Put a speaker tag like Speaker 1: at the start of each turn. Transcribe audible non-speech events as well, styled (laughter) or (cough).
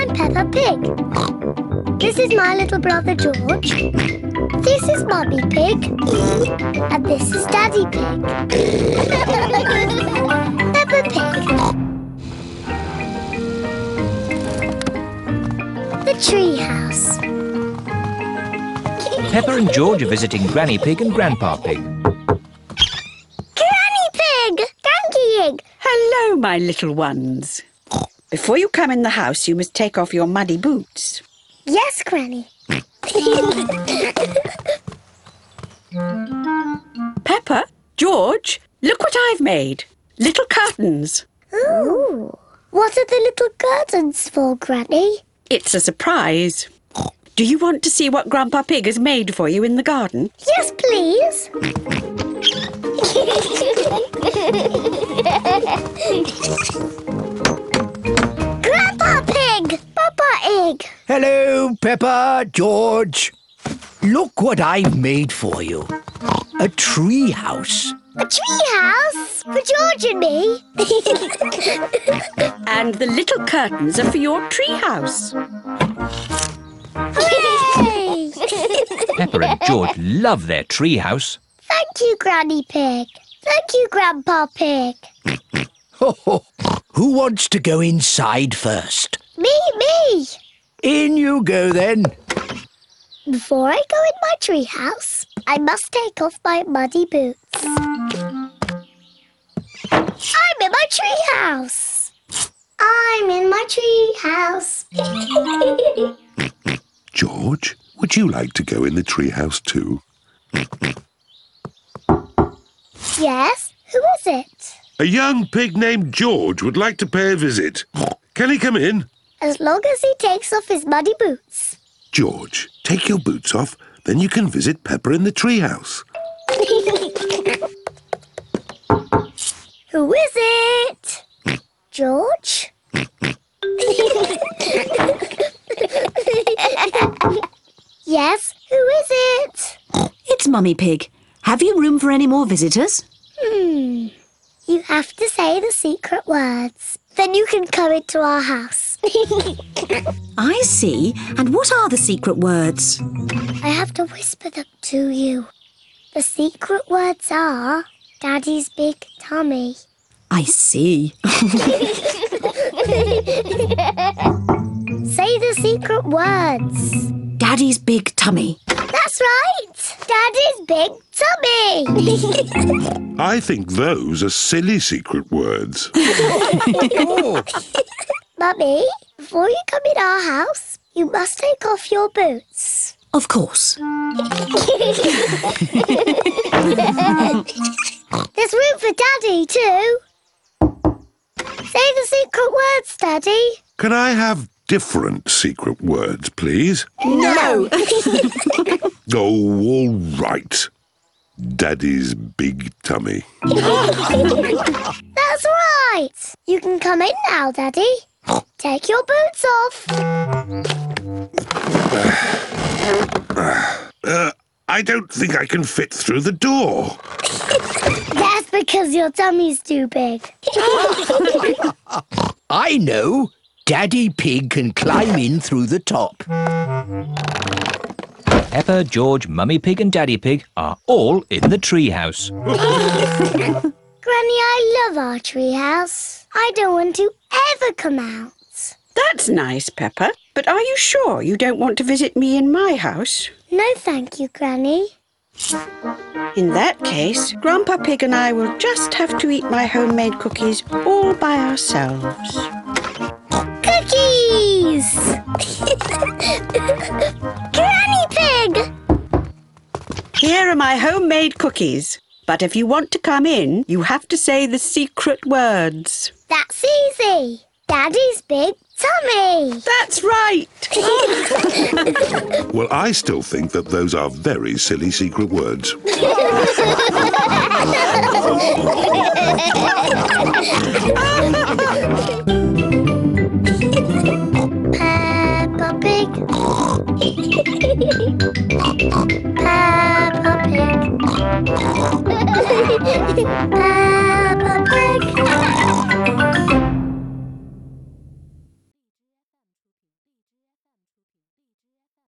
Speaker 1: Pig. This is my little brother George. This is Mummy Pig. And this is Daddy Pig. (laughs) Peppa Pig. The treehouse.
Speaker 2: Pepper and George are visiting Granny Pig and Grandpa Pig.
Speaker 1: Granny Pig! Granky Pig!
Speaker 3: Hello, my little ones. Before you come in the house, you must take off your muddy boots.
Speaker 1: Yes, Granny.
Speaker 3: Pepper, George, look what I've made. Little curtains.
Speaker 1: Ooh. What are the little curtains for, Granny?
Speaker 3: It's a surprise. Do you want to see what Grandpa Pig has made for you in the garden?
Speaker 1: Yes, please. Grandpa Pig! Papa Egg!
Speaker 4: Hello, Peppa, George. Look what I've made for you. A tree house.
Speaker 1: A tree house for George and me.
Speaker 3: And the little curtains are for your treehouse.
Speaker 1: Hooray!
Speaker 2: Pepper and George love their treehouse.
Speaker 1: Thank you, Granny Pig. Thank you, Grandpa Pig.
Speaker 4: Who wants to go inside first?
Speaker 1: Me, me!
Speaker 4: In you go then.
Speaker 1: Before I go in my tree house, I must take off my muddy boots. I'm in my tree house. I'm in my tree house. (laughs)
Speaker 5: George, would you like to go in the treehouse too?
Speaker 1: yes, who is it?
Speaker 5: A young pig named George would like to pay a (laughs) visit. Can he come in?
Speaker 1: As long as he takes off his muddy boots.
Speaker 5: George, take your boots off, then you can visit Pepper in the treehouse.
Speaker 1: (laughs) who is it? George? (laughs) yes, who is it?
Speaker 6: It's Mummy Pig. Have you room for any more visitors?
Speaker 1: Hmm. You have to say the secret words. Then you can come into our house.
Speaker 6: I see. And what are the secret words?
Speaker 1: I have to whisper them to you. The secret words are Daddy's big tummy.
Speaker 6: I see.
Speaker 1: Say the secret words.
Speaker 6: Daddy's big tummy.
Speaker 1: That's right. Daddy's big tummy. (laughs)
Speaker 5: I think those are silly secret words. (laughs)
Speaker 1: Mummy, before you come in our house, you must take off your boots. (laughs)
Speaker 6: Of course.
Speaker 1: There's room for Daddy, too. Say the secret words, Daddy.
Speaker 5: Can I have different secret words, please?
Speaker 6: No!
Speaker 5: Oh, all right. Daddy's big tummy.
Speaker 1: That's right. You can come in now, Daddy. Take your boots off.
Speaker 5: I don't think I can fit through the door.
Speaker 1: That's because your tummy's too big.
Speaker 4: I know. Daddy Pig can climb in through the top.
Speaker 2: Pepper, George, Mummy Pig and Daddy Pig are all in the treehouse.
Speaker 1: Granny, I love our treehouse. I don't want to ever come out.
Speaker 3: That's nice, Pepper. But are you sure you don't want to visit me in my house?
Speaker 1: No, thank you, Granny.
Speaker 3: In that case, Grandpa Pig and I will just have to eat my homemade cookies all by ourselves.
Speaker 1: Cookies! (laughs) Granny Pig!
Speaker 3: Here are my homemade cookies. But if you want to come in, you have to say the secret words.
Speaker 1: That's easy. Daddy's big tummy. (laughs)
Speaker 3: That's right.
Speaker 5: Well, I still think that those are very silly secret words.
Speaker 3: (laughs)
Speaker 1: (laughs) (laughs)